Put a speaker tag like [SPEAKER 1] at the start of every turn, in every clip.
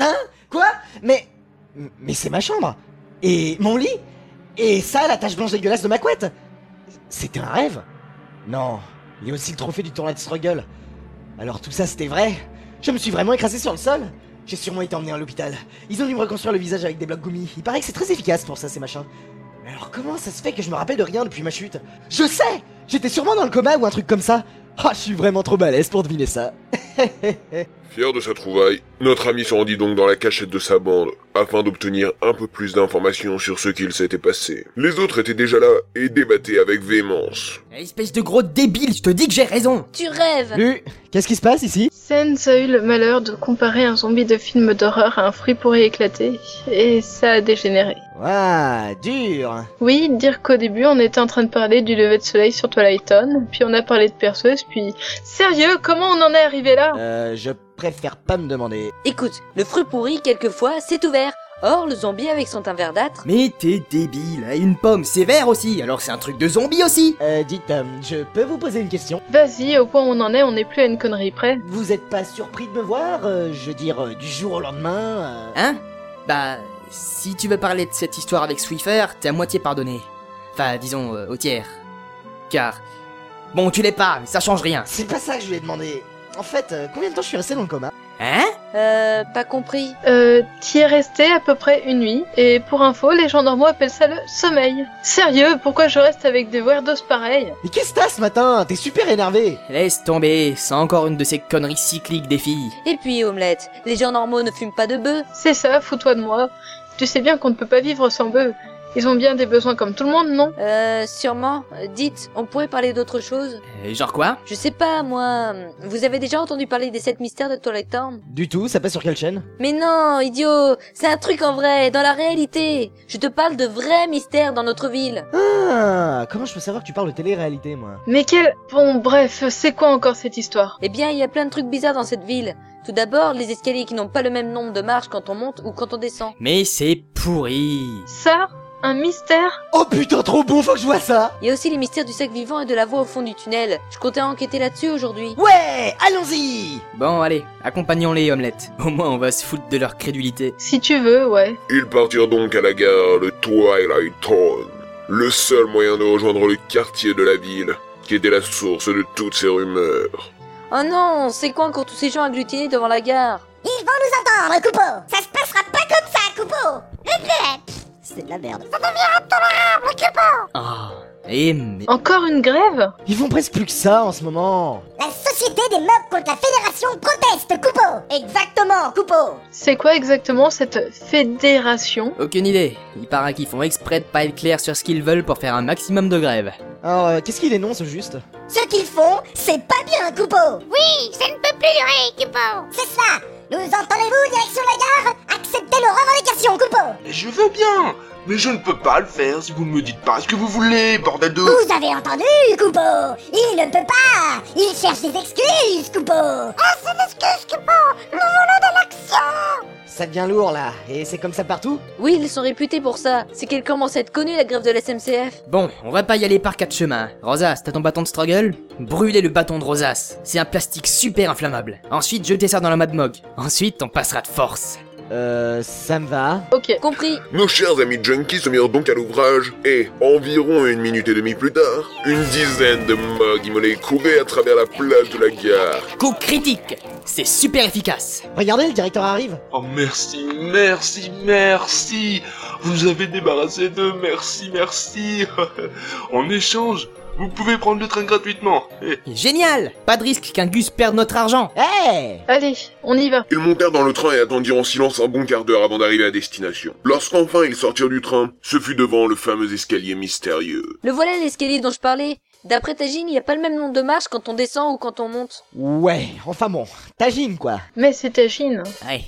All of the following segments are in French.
[SPEAKER 1] Hein Quoi Mais. Mais c'est ma chambre Et mon lit Et ça, la tache blanche dégueulasse de ma couette C'était un rêve Non, il y a aussi le trophée du tournoi de Struggle. Alors tout ça, c'était vrai Je me suis vraiment écrasé sur le sol J'ai sûrement été emmené à l'hôpital. Ils ont dû me reconstruire le visage avec des blocs goumis. Il paraît que c'est très efficace pour ça, ces machins. Mais alors comment ça se fait que je me rappelle de rien depuis ma chute Je sais J'étais sûrement dans le coma ou un truc comme ça Ah, je suis vraiment trop balèze pour deviner ça
[SPEAKER 2] Fier de sa trouvaille, notre ami se rendit donc dans la cachette de sa bande afin d'obtenir un peu plus d'informations sur ce qu'il s'était passé. Les autres étaient déjà là et débattaient avec véhémence.
[SPEAKER 3] Espèce de gros débile, je te dis que j'ai raison
[SPEAKER 4] Tu rêves
[SPEAKER 1] Lu, qu'est-ce qui se passe ici
[SPEAKER 5] Sans a eu le malheur de comparer un zombie de film d'horreur à un fruit pourri éclaté, et ça a dégénéré.
[SPEAKER 1] Ouah, dur
[SPEAKER 5] Oui, dire qu'au début on était en train de parler du lever de soleil sur Twilight Zone, puis on a parlé de perceuse, puis... Sérieux, comment on en est arrivé là
[SPEAKER 1] Euh, je préfère pas me demander.
[SPEAKER 4] Écoute, le fruit pourri, quelquefois, c'est ouvert. Or, le zombie avec son teint verdâtre...
[SPEAKER 3] Mais t'es débile, et une pomme, c'est vert aussi, alors c'est un truc de zombie aussi
[SPEAKER 1] Euh, dites, euh, je peux vous poser une question
[SPEAKER 5] Vas-y, au point où on en est, on n'est plus à une connerie près.
[SPEAKER 1] Vous êtes pas surpris de me voir euh, Je veux dire, euh, du jour au lendemain euh,
[SPEAKER 3] Hein Bah, si tu veux parler de cette histoire avec Swiffer, t'es à moitié pardonné. Enfin, disons, euh, au tiers. Car... Bon, tu l'es pas, mais ça change rien.
[SPEAKER 1] C'est pas ça que je lui ai demandé. En fait, euh, combien de temps je suis resté dans le coma
[SPEAKER 3] Hein
[SPEAKER 4] Euh, pas compris.
[SPEAKER 5] Euh, t'y es resté à peu près une nuit, et pour info, les gens normaux appellent ça le sommeil. Sérieux, pourquoi je reste avec des weirdos pareils
[SPEAKER 1] Mais qu'est-ce que t'as ce matin T'es super énervé
[SPEAKER 3] Laisse tomber, c'est encore une de ces conneries cycliques des filles.
[SPEAKER 4] Et puis, omelette, les gens normaux ne fument pas de bœuf.
[SPEAKER 5] C'est ça, fous-toi de moi. Tu sais bien qu'on ne peut pas vivre sans bœufs. Ils ont bien des besoins comme tout le monde, non
[SPEAKER 4] Euh, sûrement. Euh, Dites, on pourrait parler d'autre chose
[SPEAKER 3] Euh, genre quoi
[SPEAKER 4] Je sais pas, moi... euh, Vous avez déjà entendu parler des sept mystères de Twilight Town
[SPEAKER 1] Du tout, ça passe sur quelle chaîne
[SPEAKER 4] Mais non, idiot C'est un truc en vrai, dans la réalité Je te parle de vrais mystères dans notre ville
[SPEAKER 1] Ah Comment je peux savoir que tu parles de télé-réalité, moi
[SPEAKER 5] Mais quel... Bon, bref, c'est quoi encore cette histoire
[SPEAKER 4] Eh bien, il y a plein de trucs bizarres dans cette ville. Tout d'abord, les escaliers qui n'ont pas le même nombre de marches quand on monte ou quand on descend.
[SPEAKER 3] Mais c'est pourri.
[SPEAKER 5] Ça Un mystère
[SPEAKER 1] Oh putain, trop bon, faut que je vois ça
[SPEAKER 4] Il y a aussi les mystères du sac vivant et de la voie au fond du tunnel. Je comptais enquêter là-dessus aujourd'hui.
[SPEAKER 1] Ouais Allons-y
[SPEAKER 3] Bon, allez, accompagnons-les, omelettes. Au moins, on va se foutre de leur crédulité.
[SPEAKER 5] Si tu veux, ouais.
[SPEAKER 2] Ils partirent donc à la gare de Twilight Town, le seul moyen de rejoindre le quartier de la ville, qui était la source de toutes ces rumeurs.
[SPEAKER 4] Oh non, c'est quoi encore tous ces gens agglutinés devant la gare
[SPEAKER 6] Ils vont nous entendre, Coupeau Ça se passera pas comme ça, Coupeau Pff, C'est de la merde. Ça devient intolérable, Coupeau
[SPEAKER 3] Ah, et mais...
[SPEAKER 5] Encore une grève
[SPEAKER 1] Ils font presque plus que ça en ce moment
[SPEAKER 6] La société des meubles contre la fédération proteste, Coupeau Exactement, Coupeau
[SPEAKER 5] C'est quoi exactement cette fédération
[SPEAKER 3] Aucune idée. Il paraît qu'ils font exprès de pas être clairs sur ce qu'ils veulent pour faire un maximum de grève.
[SPEAKER 1] Alors, euh, qu'est-ce qu'il énonce au juste
[SPEAKER 6] Ce qu'ils font, c'est pas bien, Coupeau
[SPEAKER 7] Oui, ça ne peut plus durer, Kupo
[SPEAKER 6] C'est cela Nous entendez-vous, direction la gare Acceptez nos revendications, Coupeau
[SPEAKER 8] Mais je veux bien Mais je ne peux pas le faire si vous ne me dites pas ce que vous voulez, bordel de...
[SPEAKER 6] Vous avez entendu, Coupeau Il ne peut pas Il cherche des excuses, Coupeau
[SPEAKER 7] Assez d'excuses, Kupo Nous voulons de l'action
[SPEAKER 1] Ça devient lourd, là, et c'est comme ça partout
[SPEAKER 4] Oui, ils sont réputés pour ça. C'est qu'elle commence à être connue, la grève de la SMCF.
[SPEAKER 3] Bon, on va pas y aller par quatre chemins. Rosas, t'as ton bâton de struggle Brûlez le bâton de Rosas. C'est un plastique super inflammable. Ensuite, jetez ça dans la Madmog. Ensuite, on passera de force.
[SPEAKER 1] Euh, ça me va.
[SPEAKER 5] Ok.
[SPEAKER 4] Compris
[SPEAKER 2] Nos chers amis junkies se mirent donc à l'ouvrage et, environ une minute et demie plus tard, une dizaine de mugs immolés couraient à travers la plage de la gare.
[SPEAKER 3] Coup critique C'est super efficace.
[SPEAKER 1] Regardez, le directeur arrive
[SPEAKER 8] Oh merci, merci, merci Vous nous avez débarrassé d'eux, merci, merci En échange, vous pouvez prendre le train gratuitement. Eh,
[SPEAKER 3] Génial Pas de risque qu'un gus perde notre argent.
[SPEAKER 1] Eh
[SPEAKER 5] Allez, on y va.
[SPEAKER 2] Ils montèrent dans le train et attendirent en silence un bon quart d'heure avant d'arriver à destination. Lorsqu'enfin ils sortirent du train, ce fut devant le fameux escalier mystérieux.
[SPEAKER 4] Le voilà l'escalier dont je parlais. D'après Tagine, il n'y a pas le même nombre de marches quand on descend ou quand on monte.
[SPEAKER 1] Ouais, enfin bon, tagine, quoi
[SPEAKER 5] Mais c'était Chine.
[SPEAKER 3] Ouais.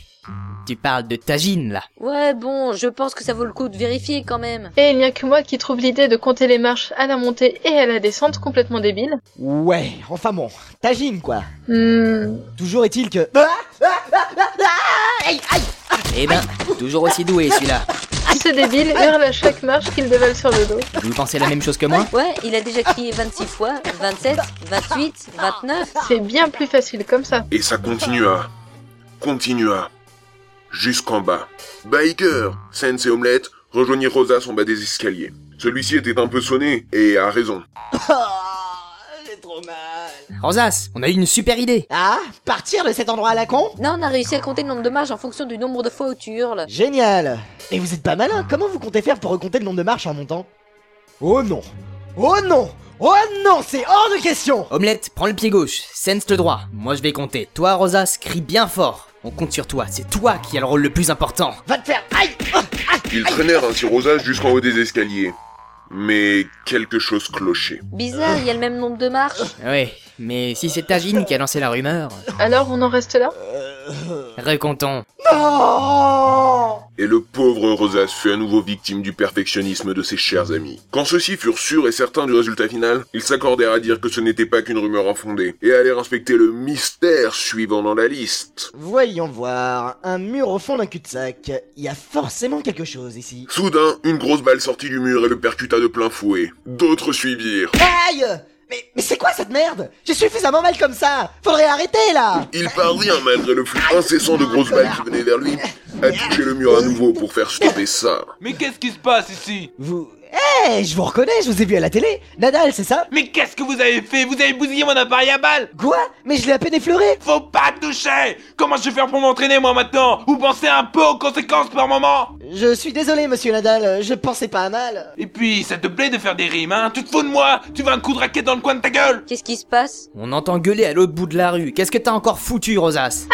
[SPEAKER 3] Tu parles de tagine, là.
[SPEAKER 4] Ouais, bon, je pense que ça vaut le coup de vérifier quand même.
[SPEAKER 5] Et il n'y a que moi qui trouve l'idée de compter les marches à la montée et à la descente complètement débile.
[SPEAKER 1] Ouais, enfin bon, tagine, quoi
[SPEAKER 5] Hmm.
[SPEAKER 1] Toujours est-il que... Ah Ah Ah Ah Ah Aïe, aïe
[SPEAKER 3] Eh ben, toujours aussi doué, celui-là.
[SPEAKER 5] Ce débile hurle à chaque marche qu'il dévale sur le dos.
[SPEAKER 3] Vous pensez la même chose que moi
[SPEAKER 4] Ouais, il a déjà crié 26 fois, 27, 28, 29.
[SPEAKER 5] C'est bien plus facile comme ça.
[SPEAKER 2] Et ça continua, continua, jusqu'en bas. Biker, Sense et Omelette rejoignirent Rosas en bas des escaliers. Celui-ci était un peu sonné, et à raison.
[SPEAKER 1] Oh, J'ai trop mal.
[SPEAKER 3] Rosas, on a eu une super idée
[SPEAKER 1] Ah, partir de cet endroit à la con
[SPEAKER 4] Là, on a réussi à compter le nombre de marches en fonction du nombre de fois où tu hurles.
[SPEAKER 1] Génial Et vous êtes pas malin, comment vous comptez faire pour recompter le nombre de marches en montant Oh non Oh non Oh non, c'est hors de question
[SPEAKER 3] Omelette, prends le pied gauche, Sense le droit. Moi je vais compter. Toi, Rosas, crie bien fort. On compte sur toi, c'est toi qui as le rôle le plus important.
[SPEAKER 1] Va te faire Aïe Ah Aïe
[SPEAKER 2] Ils traînèrent ainsi Rosas jusqu'en haut des escaliers. Mais quelque chose clochait.
[SPEAKER 4] Bizarre, il y a le même nombre de marches.
[SPEAKER 3] Ouais, mais si c'est Tajine qui a lancé la rumeur,
[SPEAKER 5] Alors on en reste là
[SPEAKER 3] recomptons.
[SPEAKER 1] Non
[SPEAKER 2] Et le pauvre Rosas fut à nouveau victime du perfectionnisme de ses chers amis. Quand ceux-ci furent sûrs et certains du résultat final, ils s'accordèrent à dire que ce n'était pas qu'une rumeur infondée, et allèrent inspecter le mystère suivant dans la liste.
[SPEAKER 1] Voyons voir, un mur au fond d'un cul-de-sac. Il y a forcément quelque chose ici.
[SPEAKER 2] Soudain, une grosse balle sortit du mur et le percuta de plein fouet. D'autres suivirent.
[SPEAKER 1] Aïe euh, Mais, mais c'est quoi cette merde J'ai suffisamment mal comme ça Faudrait arrêter là
[SPEAKER 2] Il parvint, malgré le flux incessant de grosses balles qui venaient vers lui, à toucher le mur à nouveau pour faire stopper ça.
[SPEAKER 9] Mais qu'est-ce qui se passe ici
[SPEAKER 1] Vous... Eh, je vous reconnais, je vous ai vu à la télé Nadal, c'est ça
[SPEAKER 9] Mais qu'est-ce que vous avez fait Vous avez bousillé mon appareil à balles
[SPEAKER 1] Quoi Mais je l'ai à peine effleuré
[SPEAKER 9] Faut pas toucher Comment je vais faire pour m'entraîner moi maintenant Vous pensez un peu aux conséquences par moment
[SPEAKER 1] Je suis désolé, monsieur Nadal, euh, je pensais pas à mal.
[SPEAKER 9] Et puis, ça te plaît de faire des rimes, hein Tu te fous de moi Tu vas un coup de raquette dans le coin de ta gueule
[SPEAKER 4] Qu'est-ce qui se passe
[SPEAKER 3] On entend gueuler à l'autre bout de la rue. Qu'est-ce que t'as encore foutu, Rosas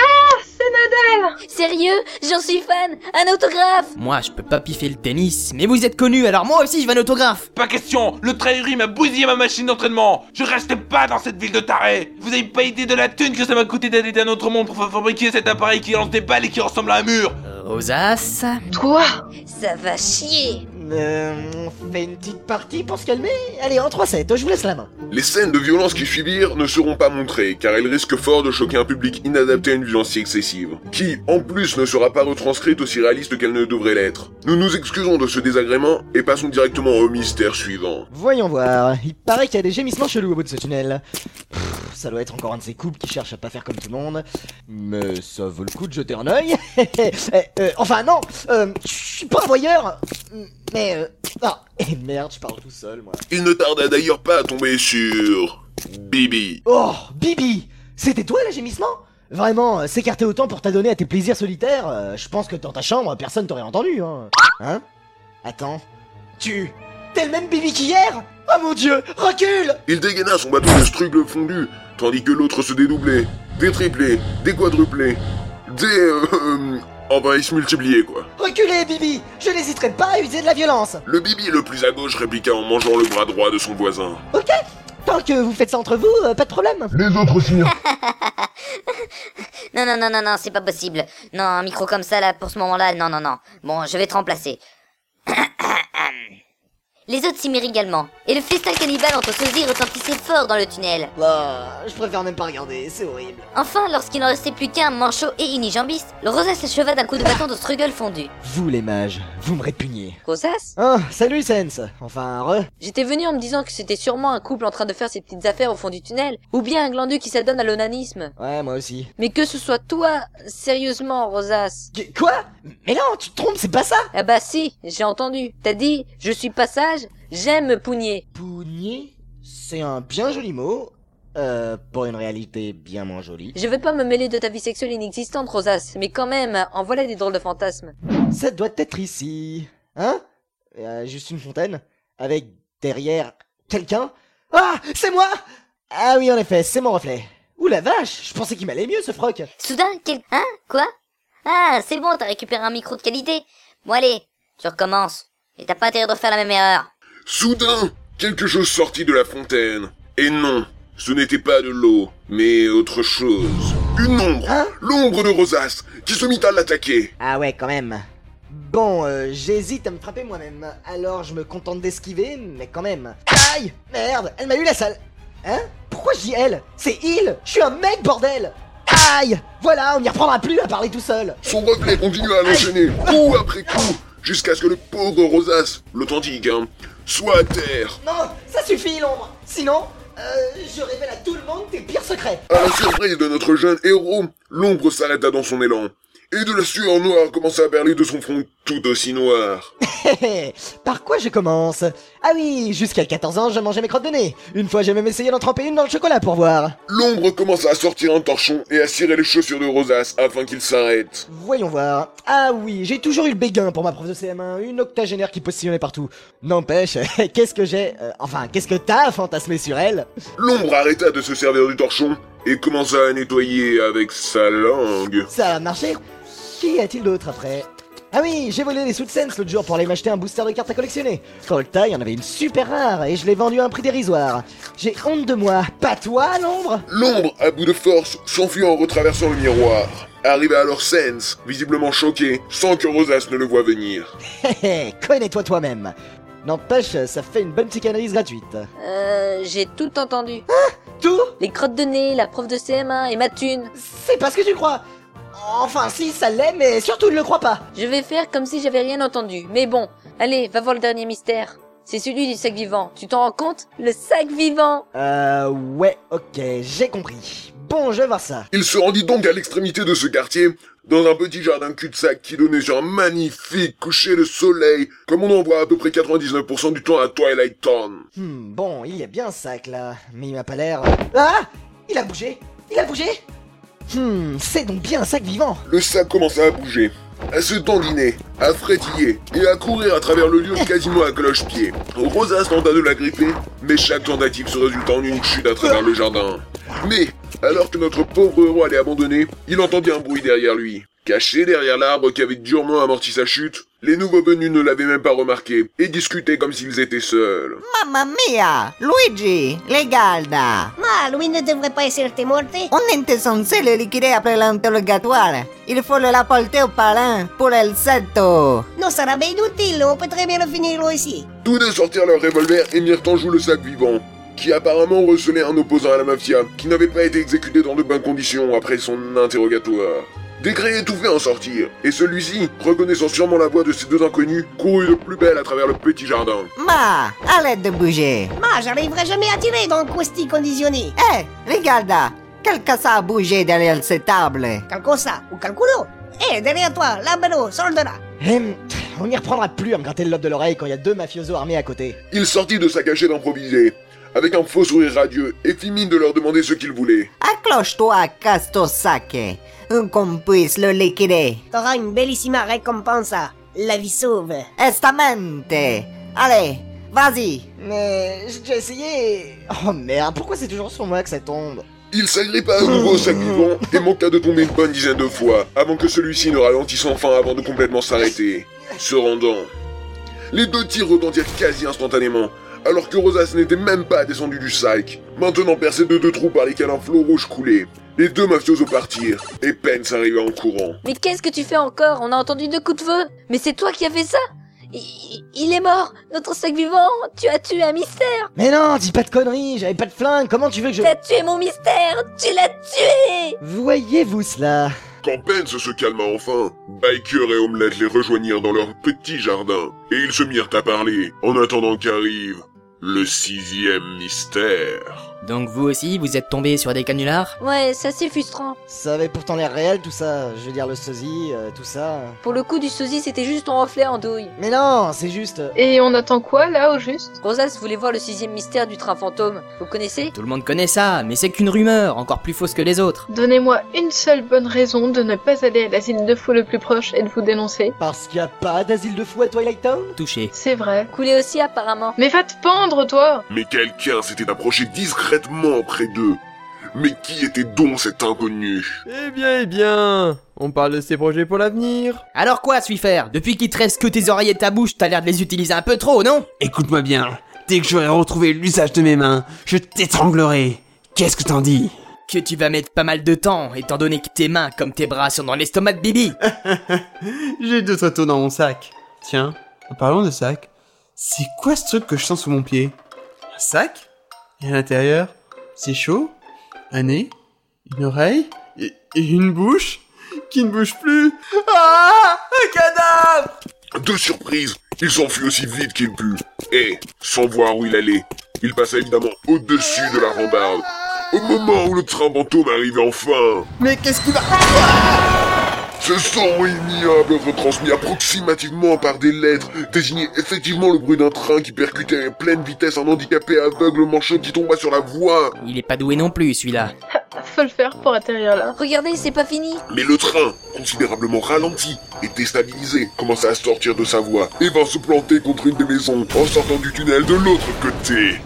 [SPEAKER 4] Sérieux J'en suis fan Un autographe
[SPEAKER 3] Moi, je peux pas piffer le tennis, mais vous êtes connu, alors moi aussi je veux un autographe
[SPEAKER 9] Pas question Le trahi m'a bousillé ma machine d'entraînement Je reste pas dans cette ville de tarés Vous avez pas idée de la thune que ça m'a coûté d'aller d'un autre monde pour fa- fabriquer cet appareil qui lance des balles et qui ressemble à un mur
[SPEAKER 3] Euh, Rosas
[SPEAKER 5] Quoi
[SPEAKER 4] Ça va chier
[SPEAKER 1] Euh, on fait une petite partie pour se calmer Allez, en 3-7, je vous laisse la main.
[SPEAKER 2] Les scènes de violence qui suivirent ne seront pas montrées, car elles risquent fort de choquer un public inadapté à une violence si excessive, qui, en plus, ne sera pas retranscrite aussi réaliste qu'elle ne devrait l'être. Nous nous excusons de ce désagrément et passons directement au mystère suivant.
[SPEAKER 1] Voyons voir, il paraît qu'il y a des gémissements chelous au bout de ce tunnel. Pff, Ça doit être encore un de ces couples qui cherchent à pas faire comme tout le monde. Mais ça vaut le coup de jeter un œil. Eh, euh, enfin non, euh, je suis pas un voyeur. Mais... Euh... Ah, et merde, je parle tout seul moi.
[SPEAKER 2] Il ne tarda d'ailleurs pas à tomber sur... Bibi.
[SPEAKER 1] Oh, Bibi C'était toi le gémissement Vraiment, euh, s'écarter autant pour t'adonner à tes plaisirs solitaires, euh, je pense que dans ta chambre, personne t'aurait entendu, hein. Hein Attends. Tu... T'es le même Bibi qu'hier Oh mon dieu, recule
[SPEAKER 2] Il dégaina son bâton de strugle fondu, tandis que l'autre se dédoublait, détriplait, déquadruplait, des... Euh, euh, enfin, il se multipliait, quoi.
[SPEAKER 1] Reculez, Bibi Je n'hésiterai pas à user de la violence
[SPEAKER 2] Le Bibi le plus à gauche répliqua en mangeant le bras droit de son voisin.
[SPEAKER 1] Ok Tant que vous faites ça entre vous, euh, pas de problème
[SPEAKER 2] Les autres signent.
[SPEAKER 6] Non, non, non, non, non, c'est pas possible. Non, un micro comme ça, là, pour ce moment-là, non, non, non. Bon, je vais te remplacer. Les autres s'y mirent également. Et le festin cannibale entre sosies retentissait fort dans le tunnel.
[SPEAKER 1] Bah, je préfère même pas regarder, c'est horrible.
[SPEAKER 6] Enfin, lorsqu'il n'en restait plus qu'un, manchot et unijambiste, le rosa s'acheva d'un coup de bâton de struggle fondu.
[SPEAKER 1] Vous les mages, vous me répugnez.
[SPEAKER 4] Rosas
[SPEAKER 1] Ah, salut Sense Enfin, re...
[SPEAKER 4] J'étais venu en me disant que c'était sûrement un couple en train de faire ses petites affaires au fond du tunnel, ou bien un glandu qui s'adonne à l'onanisme.
[SPEAKER 1] Ouais, moi aussi.
[SPEAKER 4] Mais que ce soit toi, sérieusement, Rosas.
[SPEAKER 1] Qu- quoi Mais non, tu te trompes, c'est pas ça
[SPEAKER 4] Ah bah si, j'ai entendu. T'as dit, je suis pas sage, j'aime me pougner.
[SPEAKER 1] Pougné, c'est un bien joli mot, euh, pour une réalité bien moins jolie.
[SPEAKER 4] Je veux pas me mêler de ta vie sexuelle inexistante, Rosas, mais quand même, en voilà des drôles de fantasmes.
[SPEAKER 1] Ça doit être ici, hein Euh, Juste une fontaine, avec derrière quelqu'un. Ah, c'est moi Ah oui, en effet, c'est mon reflet. Ouh la vache, je pensais qu'il m'allait mieux ce froc.
[SPEAKER 6] Soudain, quel... Hein Quoi Ah, c'est bon, t'as récupéré un micro de qualité. Bon, allez, tu recommences. Et t'as pas intérêt de refaire la même erreur.
[SPEAKER 2] Soudain, quelque chose sortit de la fontaine. Et non, ce n'était pas de l'eau, mais autre chose. Une ombre,
[SPEAKER 1] Hein
[SPEAKER 2] l'ombre de Rosas, qui se mit à l'attaquer.
[SPEAKER 1] Ah ouais, quand même. Bon, euh, j'hésite à me frapper moi-même, alors je me contente d'esquiver, mais quand même. Aïe Merde, elle m'a eu la salle Hein Pourquoi je dis elle C'est il Je suis un mec, bordel Aïe Voilà, on n'y reprendra plus à parler tout seul
[SPEAKER 2] Son reflet continua à l'enchaîner, coup après coup, jusqu'à ce que le pauvre Rosas, l'authentique, hein, soit à terre.
[SPEAKER 1] Non, ça suffit, l'ombre Sinon, euh, je révèle à tout le monde tes pires secrets
[SPEAKER 2] À la surprise de notre jeune héros, l'ombre s'arrêta dans son élan et de la sueur noire commença à perler de son front tout aussi noir.
[SPEAKER 1] Par quoi je commence Ah oui, jusqu'à 14 ans, je mangeais mes crottes de nez. Une fois, j'ai même essayé d'en tremper une dans le chocolat pour voir.
[SPEAKER 2] L'ombre commença à sortir un torchon et à cirer les chaussures de Rosace afin qu'il s'arrête.
[SPEAKER 1] Voyons voir. Ah oui, j'ai toujours eu le béguin pour ma prof de CM1, une octogénaire qui postillonnait partout. N'empêche, qu'est-ce que j'ai... euh, enfin, qu'est-ce que t'as fantasmé sur elle
[SPEAKER 2] L'ombre arrêta de se servir du torchon et commença à nettoyer avec sa langue.
[SPEAKER 1] Ça a marché Qui a-t-il d'autre après Ah oui, j'ai volé les sous de Sense l'autre jour pour aller m'acheter un booster de cartes à collectionner. Quand le tas, il y en avait une super rare et je l'ai vendue à un prix dérisoire. J'ai honte de moi. Pas toi, l'ombre
[SPEAKER 2] L'ombre, à bout de force, s'enfuit en retraversant le miroir. Arriva alors Sens, visiblement choqué, sans que Rosace ne le voie venir.
[SPEAKER 1] Hé hé, connais-toi toi-même. N'empêche, ça fait une bonne psychanalyse gratuite.
[SPEAKER 4] Euh, j'ai tout entendu.
[SPEAKER 1] Tout
[SPEAKER 4] Les crottes de nez, la prof de CM1 et ma thune.
[SPEAKER 1] C'est pas ce que tu crois Enfin, si, ça l'est, mais surtout ne le crois pas
[SPEAKER 4] Je vais faire comme si j'avais rien entendu. Mais bon, allez, va voir le dernier mystère. C'est celui du sac vivant. Tu t'en rends compte Le sac vivant
[SPEAKER 1] Euh, ouais, ok, j'ai compris. Bon, je vais voir ça.
[SPEAKER 2] Il se rendit donc à l'extrémité de ce quartier, dans un petit jardin cul-de-sac qui donnait sur un magnifique coucher de soleil, comme on en voit à peu près 99% du temps à Twilight Town.
[SPEAKER 1] Hmm, bon, il y a bien un sac là, mais il m'a pas l'air. Ah Il a bougé Il a bougé Hmm, c'est donc bien un sac vivant
[SPEAKER 2] Le sac commença à bouger, à se tendiner, à frétiller et à courir à travers le lieu quasiment à cloche-pied. Rosa tenta de la gripper, mais chaque tentative se résulta en une chute à travers le jardin. Mais, alors que notre pauvre roi allait abandonner, il entendit un bruit derrière lui. Caché derrière l'arbre qui avait durement amorti sa chute, les nouveaux venus ne l'avaient même pas remarqué et discutaient comme s'ils étaient seuls.
[SPEAKER 10] Mamma mia! Luigi, regarda!
[SPEAKER 6] Ma, lui Ah, ne devrait pas être morté.
[SPEAKER 10] On était censé le liquider après l'interrogatoire. Il faut le rapporter au parrain pour El Seto.
[SPEAKER 6] Non, sarebbe inutile, on peut très bien le finir ici.
[SPEAKER 2] Tous deux sortirent leur revolver et mirent en joue le sac vivant, qui apparemment recelait un opposant à la mafia, qui n'avait pas été exécuté dans de bonnes conditions après son interrogatoire. Décret étouffé en sortir, et celui-ci, reconnaissant sûrement la voix de ces deux inconnus, courut de plus belle à travers le petit jardin.
[SPEAKER 10] Ma, arrête de bouger.
[SPEAKER 6] Ma, j'arriverai jamais à tirer dans questi conditioni.
[SPEAKER 10] Eh, regarda! Quelqu'un a bougé derrière cette table.
[SPEAKER 6] Qualcosa, ou calculo. Eh, derrière toi, là-bas, soldera.
[SPEAKER 1] Hum, on n'y reprendra plus à me gratter le lobe de l'oreille quand il y a deux mafiosos armés à côté.
[SPEAKER 2] Il sortit de sa cachette improvisée, avec un faux sourire radieux, et fit mine de leur demander ce qu'ils voulaient.
[SPEAKER 10] Accroche-toi à Castosaque, qu'on puisse le liquider.
[SPEAKER 6] T'auras une bellissima récompensa. La vie sauve.
[SPEAKER 10] Estamente. Allez, vas-y.
[SPEAKER 1] Mais j'ai déjà essayé. Oh merde, pourquoi c'est toujours sur moi que ça tombe
[SPEAKER 2] Il s'agrippa à nouveau au sac vivant et manqua de tomber une bonne dizaine de fois, avant que celui-ci ne ralentisse enfin avant de complètement s'arrêter, se rendant. Les deux tirs retentirent quasi instantanément, alors que Rosas n'était même pas descendu du sac, maintenant percé de deux trous par lesquels un flot rouge coulait. Les deux mafiosos partirent, et Pence arriva en courant.
[SPEAKER 4] Mais qu'est-ce que tu fais encore On a entendu deux coups de feu Mais c'est toi qui as fait ça il, il est mort Notre sac vivant Tu as tué un mystère
[SPEAKER 1] Mais non, dis pas de conneries, j'avais pas de flingue, comment tu veux que je.
[SPEAKER 4] T'as tué mon mystère Tu l'as tué
[SPEAKER 1] Voyez-vous cela
[SPEAKER 2] Quand Pence se calma enfin, Biker et Omelette les rejoignirent dans leur petit jardin, et ils se mirent à parler, en attendant qu'arrive le sixième mystère.
[SPEAKER 3] Donc vous aussi, vous êtes tombé sur des canulars
[SPEAKER 4] Ouais, c'est assez frustrant.
[SPEAKER 1] Ça avait pourtant l'air réel tout ça, je veux dire le sosie, euh, tout ça.
[SPEAKER 4] Pour le coup du sosie, c'était juste ton reflet en douille.
[SPEAKER 1] Mais non, c'est juste. euh,
[SPEAKER 5] Et on attend quoi là au juste
[SPEAKER 4] Rosas voulait voir le sixième mystère du train fantôme. Vous connaissez
[SPEAKER 3] Tout le monde connaît ça, mais c'est qu'une rumeur, encore plus fausse que les autres.
[SPEAKER 5] Donnez-moi une seule bonne raison de ne pas aller à l'asile de fous le plus proche et de vous dénoncer.
[SPEAKER 1] Parce qu'il y a pas d'asile de fou à Twilight Town
[SPEAKER 3] Touché.
[SPEAKER 5] C'est vrai.
[SPEAKER 4] Coulé aussi apparemment.
[SPEAKER 5] Mais va te pendre toi
[SPEAKER 2] Mais quelqu'un s'était approché discrètement près d'eux. Mais qui était donc cet inconnu
[SPEAKER 11] Eh bien, eh bien, on parle de ses projets pour l'avenir.
[SPEAKER 3] Alors quoi, Swiffer Depuis qu'il te reste que tes oreilles et ta bouche, t'as l'air de les utiliser un peu trop, non
[SPEAKER 12] Écoute-moi bien, dès que j'aurai retrouvé l'usage de mes mains, je t'étranglerai. Qu'est-ce que t'en dis
[SPEAKER 3] Que tu vas mettre pas mal de temps, étant donné que tes mains comme tes bras sont dans l'estomac de Bibi.
[SPEAKER 11] J'ai d'autres taux dans mon sac. Tiens, parlons de sac. C'est quoi ce truc que je sens sous mon pied Un sac Et à l'intérieur C'est chaud Un nez Une oreille et, et une bouche Qui ne bouge plus Ah Un cadavre
[SPEAKER 2] De surprise, il s'enfuit aussi vite qu'il put. Et, sans voir où il allait, il passa évidemment au-dessus de la rambarde. Au moment où le train fantôme arrivait enfin,
[SPEAKER 11] Mais qu'est-ce qui va
[SPEAKER 2] Ce son ignoble retransmis approximativement par des lettres désignait effectivement le bruit d'un train qui percutait à pleine vitesse un handicapé aveugle manchot qui tomba sur la voie.
[SPEAKER 3] Il est pas doué non plus, celui-là.
[SPEAKER 5] Faut le faire pour atterrir là.
[SPEAKER 4] Regardez, c'est pas fini.
[SPEAKER 2] Mais le train, considérablement ralenti et déstabilisé, commença à sortir de sa voie et vint se planter contre une des maisons en sortant du tunnel de l'autre côté.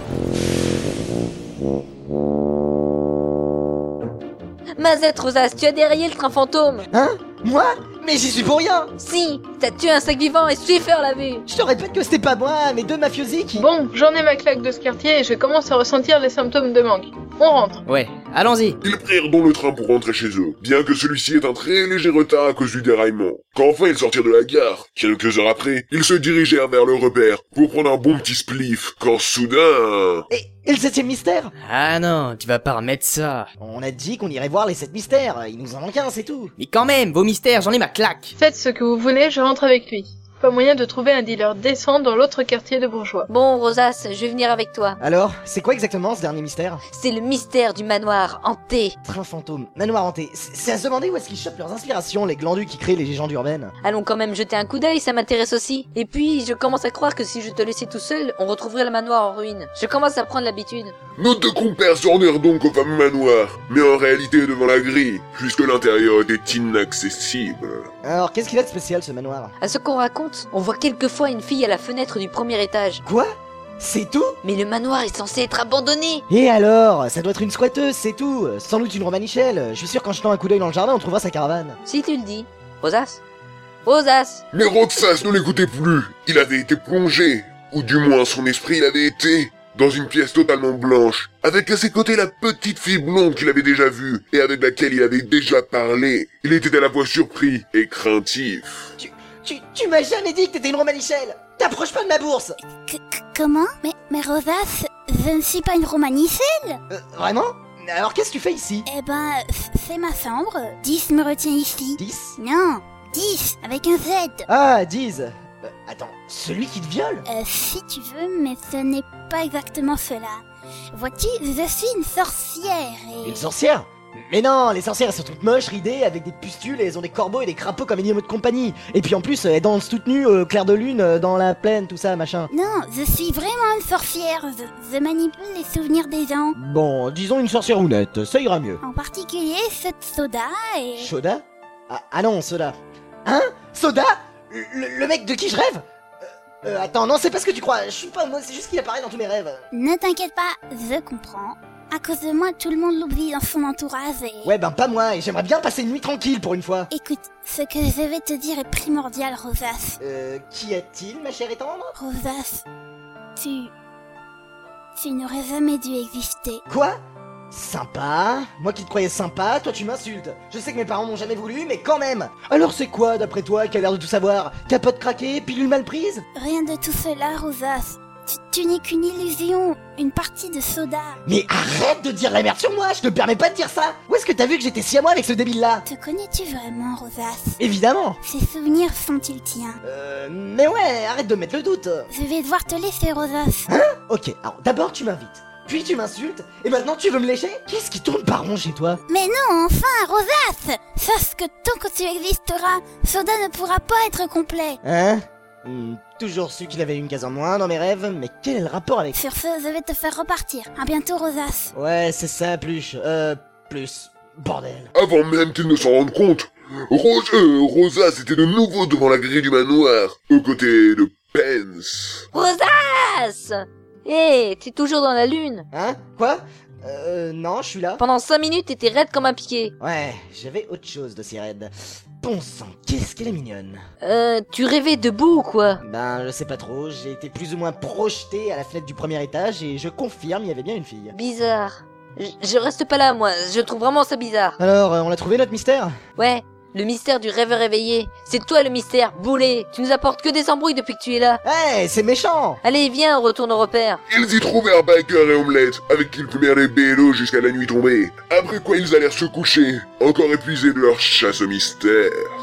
[SPEAKER 4] Mazette, Rosas, tu as déraillé le train fantôme.
[SPEAKER 1] Hein Moi Mais j'y suis pour rien
[SPEAKER 4] Si, t'as tué un sac vivant et Swiffer l'a vu.
[SPEAKER 1] Je te répète que c'était pas moi, mais deux mafiosi qui...
[SPEAKER 5] Bon, j'en ai ma claque de ce quartier et je commence à ressentir les symptômes de manque. On rentre.
[SPEAKER 3] Ouais, allons-y.
[SPEAKER 2] Ils prirent donc le train pour rentrer chez eux, bien que celui-ci ait un très léger retard à cause du déraillement. Quand enfin ils sortirent de la gare, quelques heures après, ils se dirigèrent vers le repère pour prendre un bon petit spliff, quand soudain...
[SPEAKER 1] Et, et le septième mystère
[SPEAKER 3] Ah non, tu vas pas remettre ça.
[SPEAKER 1] On a dit qu'on irait voir les sept mystères, il nous en manque un, c'est tout.
[SPEAKER 3] Mais quand même, vos mystères, j'en ai ma claque.
[SPEAKER 5] Faites ce que vous voulez, je rentre avec lui. Pas moyen de trouver un dealer décent dans l'autre quartier de bourgeois.
[SPEAKER 4] Bon, Rosas, je vais venir avec toi.
[SPEAKER 1] Alors, c'est quoi exactement ce dernier mystère
[SPEAKER 4] C'est le mystère du manoir hanté.
[SPEAKER 1] Train fantôme, manoir hanté, c'est c'est à se demander où est-ce qu'ils chopent leurs inspirations, les glandus qui créent les légendes urbaines.
[SPEAKER 4] Allons quand même jeter un coup d'œil, ça m'intéresse aussi. Et puis, je commence à croire que si je te laissais tout seul, on retrouverait le manoir en ruine. Je commence à prendre l'habitude.
[SPEAKER 2] Nos deux compères se rendèrent donc au fameux manoir, mais en réalité devant la grille, puisque l'intérieur était inaccessible.
[SPEAKER 1] Alors, qu'est-ce qu'il a de spécial ce manoir
[SPEAKER 4] À ce qu'on raconte, on voit quelquefois une fille à la fenêtre du premier étage.
[SPEAKER 1] Quoi C'est tout
[SPEAKER 4] Mais le manoir est censé être abandonné.
[SPEAKER 1] Et alors Ça doit être une squatteuse, c'est tout Sans doute une romanichelle, je suis sûr qu'en jetant un coup d'œil dans le jardin, on trouvera sa caravane.
[SPEAKER 4] Si tu le dis. Rosas Rosas
[SPEAKER 2] Mais Roxas ne l'écoutait plus. Il avait été plongé, ou du moins son esprit l'avait été, dans une pièce totalement blanche, avec à ses côtés la petite fille blonde qu'il avait déjà vue et avec laquelle il avait déjà parlé. Il était à la fois surpris et craintif.
[SPEAKER 1] Tu, tu m'as jamais dit que t'étais une romanichelle T'approches pas de ma bourse
[SPEAKER 6] C- c- Comment Mais, mais Rosas, je ne suis pas une romanicelle
[SPEAKER 1] Euh, Vraiment Alors qu'est-ce que tu fais ici
[SPEAKER 6] Eh ben, c- c'est ma chambre. 10 me retient ici.
[SPEAKER 1] 10
[SPEAKER 6] Non, 10, avec un Z.
[SPEAKER 1] Ah, Diz Euh, Attends, celui qui te viole
[SPEAKER 6] Euh, si tu veux, mais ce n'est pas exactement cela. Vois-tu, je suis une sorcière et...
[SPEAKER 1] Une sorcière mais non, les sorcières elles sont toutes moches, ridées, avec des pustules, et elles ont des corbeaux et des crapauds comme animaux de compagnie. Et puis en plus, euh, elles dansent toutes nues, euh, au clair de lune, euh, dans la plaine, tout ça, machin.
[SPEAKER 6] Non, je suis vraiment une sorcière. Je, je manipule les souvenirs des gens.
[SPEAKER 1] Bon, disons une sorcière honnête, ça ira mieux.
[SPEAKER 6] En particulier cette soda et...
[SPEAKER 1] Soda ah, ah non, Soda. Hein Soda le, le mec de qui je rêve Euh, euh, Attends, non, c'est pas ce que tu crois. Je suis pas homo, c'est juste qu'il apparaît dans tous mes rêves.
[SPEAKER 6] Ne t'inquiète pas, je comprends. À cause de moi, tout le monde l'oublie dans son entourage et...
[SPEAKER 1] Ouais, ben pas moi, et j'aimerais bien passer une nuit tranquille pour une fois.
[SPEAKER 6] Écoute, ce que je vais te dire est primordial, Rosas.
[SPEAKER 1] Euh, qu'y a-t-il, ma chère et tendre
[SPEAKER 6] Rosas, tu... Tu n'aurais jamais dû exister.
[SPEAKER 1] Quoi Sympa Moi qui te croyais sympa, toi tu m'insultes. Je sais que mes parents m'ont jamais voulu, mais quand même Alors c'est quoi, d'après toi, qui a l'air de tout savoir Capote craquée, pilule mal prise
[SPEAKER 6] Rien de tout cela, Rosas. Tu, tu n'es qu'une illusion, une partie de soda.
[SPEAKER 1] Mais arrête de dire la merde sur moi, je te permets pas de dire ça Où est-ce que t'as vu que j'étais si à moi avec ce débile-là
[SPEAKER 6] Te connais-tu vraiment, Rosas
[SPEAKER 1] Évidemment
[SPEAKER 6] Ces souvenirs sont-ils tiens
[SPEAKER 1] Euh, mais ouais, arrête de mettre le doute
[SPEAKER 6] Je vais devoir te laisser, Rosas.
[SPEAKER 1] Ok, alors d'abord tu m'invites, puis tu m'insultes, et maintenant tu veux me lécher Qu'est-ce qui tourne par rond chez toi
[SPEAKER 6] Mais non, enfin, Rosas Sache que tant que tu existeras, Soda ne pourra pas être complet.
[SPEAKER 1] Hein Hmm, Toujours su qu'il avait une case en moins dans mes rêves, mais quel est le rapport avec...
[SPEAKER 6] Sur ce, je vais te faire repartir. À bientôt, Rosas.
[SPEAKER 1] Ouais, c'est ça, plus... Euh, plus... Bordel.
[SPEAKER 2] Avant même qu'ils ne s'en rendent compte, Rose, euh, Rosa s'était de nouveau devant la grille du manoir, aux côtés de Pence.
[SPEAKER 4] Rosas Hé, t'es toujours dans la lune.
[SPEAKER 1] Hein Quoi Euh, non, je suis là.
[SPEAKER 4] Pendant 5 minutes, t'étais raide comme un piqué.
[SPEAKER 1] Ouais, j'avais autre chose de si raide. Bon sang, qu'est-ce qu'elle est mignonne
[SPEAKER 4] Euh, tu rêvais debout ou quoi
[SPEAKER 1] Ben, je sais pas trop, j'ai été plus ou moins projeté à la fenêtre du premier étage et je confirme, il y avait bien une fille.
[SPEAKER 4] Bizarre. J- je reste pas là, moi. Je trouve vraiment ça bizarre.
[SPEAKER 1] Alors, euh, on l'a trouvé notre mystère
[SPEAKER 4] Ouais, le mystère du rêveur éveillé. C'est toi le mystère, boulet. Tu nous apportes que des embrouilles depuis que tu es là.
[SPEAKER 1] Eh, c'est méchant
[SPEAKER 4] Allez, viens, on retourne au repère.
[SPEAKER 2] Ils y trouvèrent Biker et Omelette, avec qui ils fumèrent les bélos jusqu'à la nuit tombée. Après quoi ils allèrent se coucher, encore épuisés de leur chasse au mystère.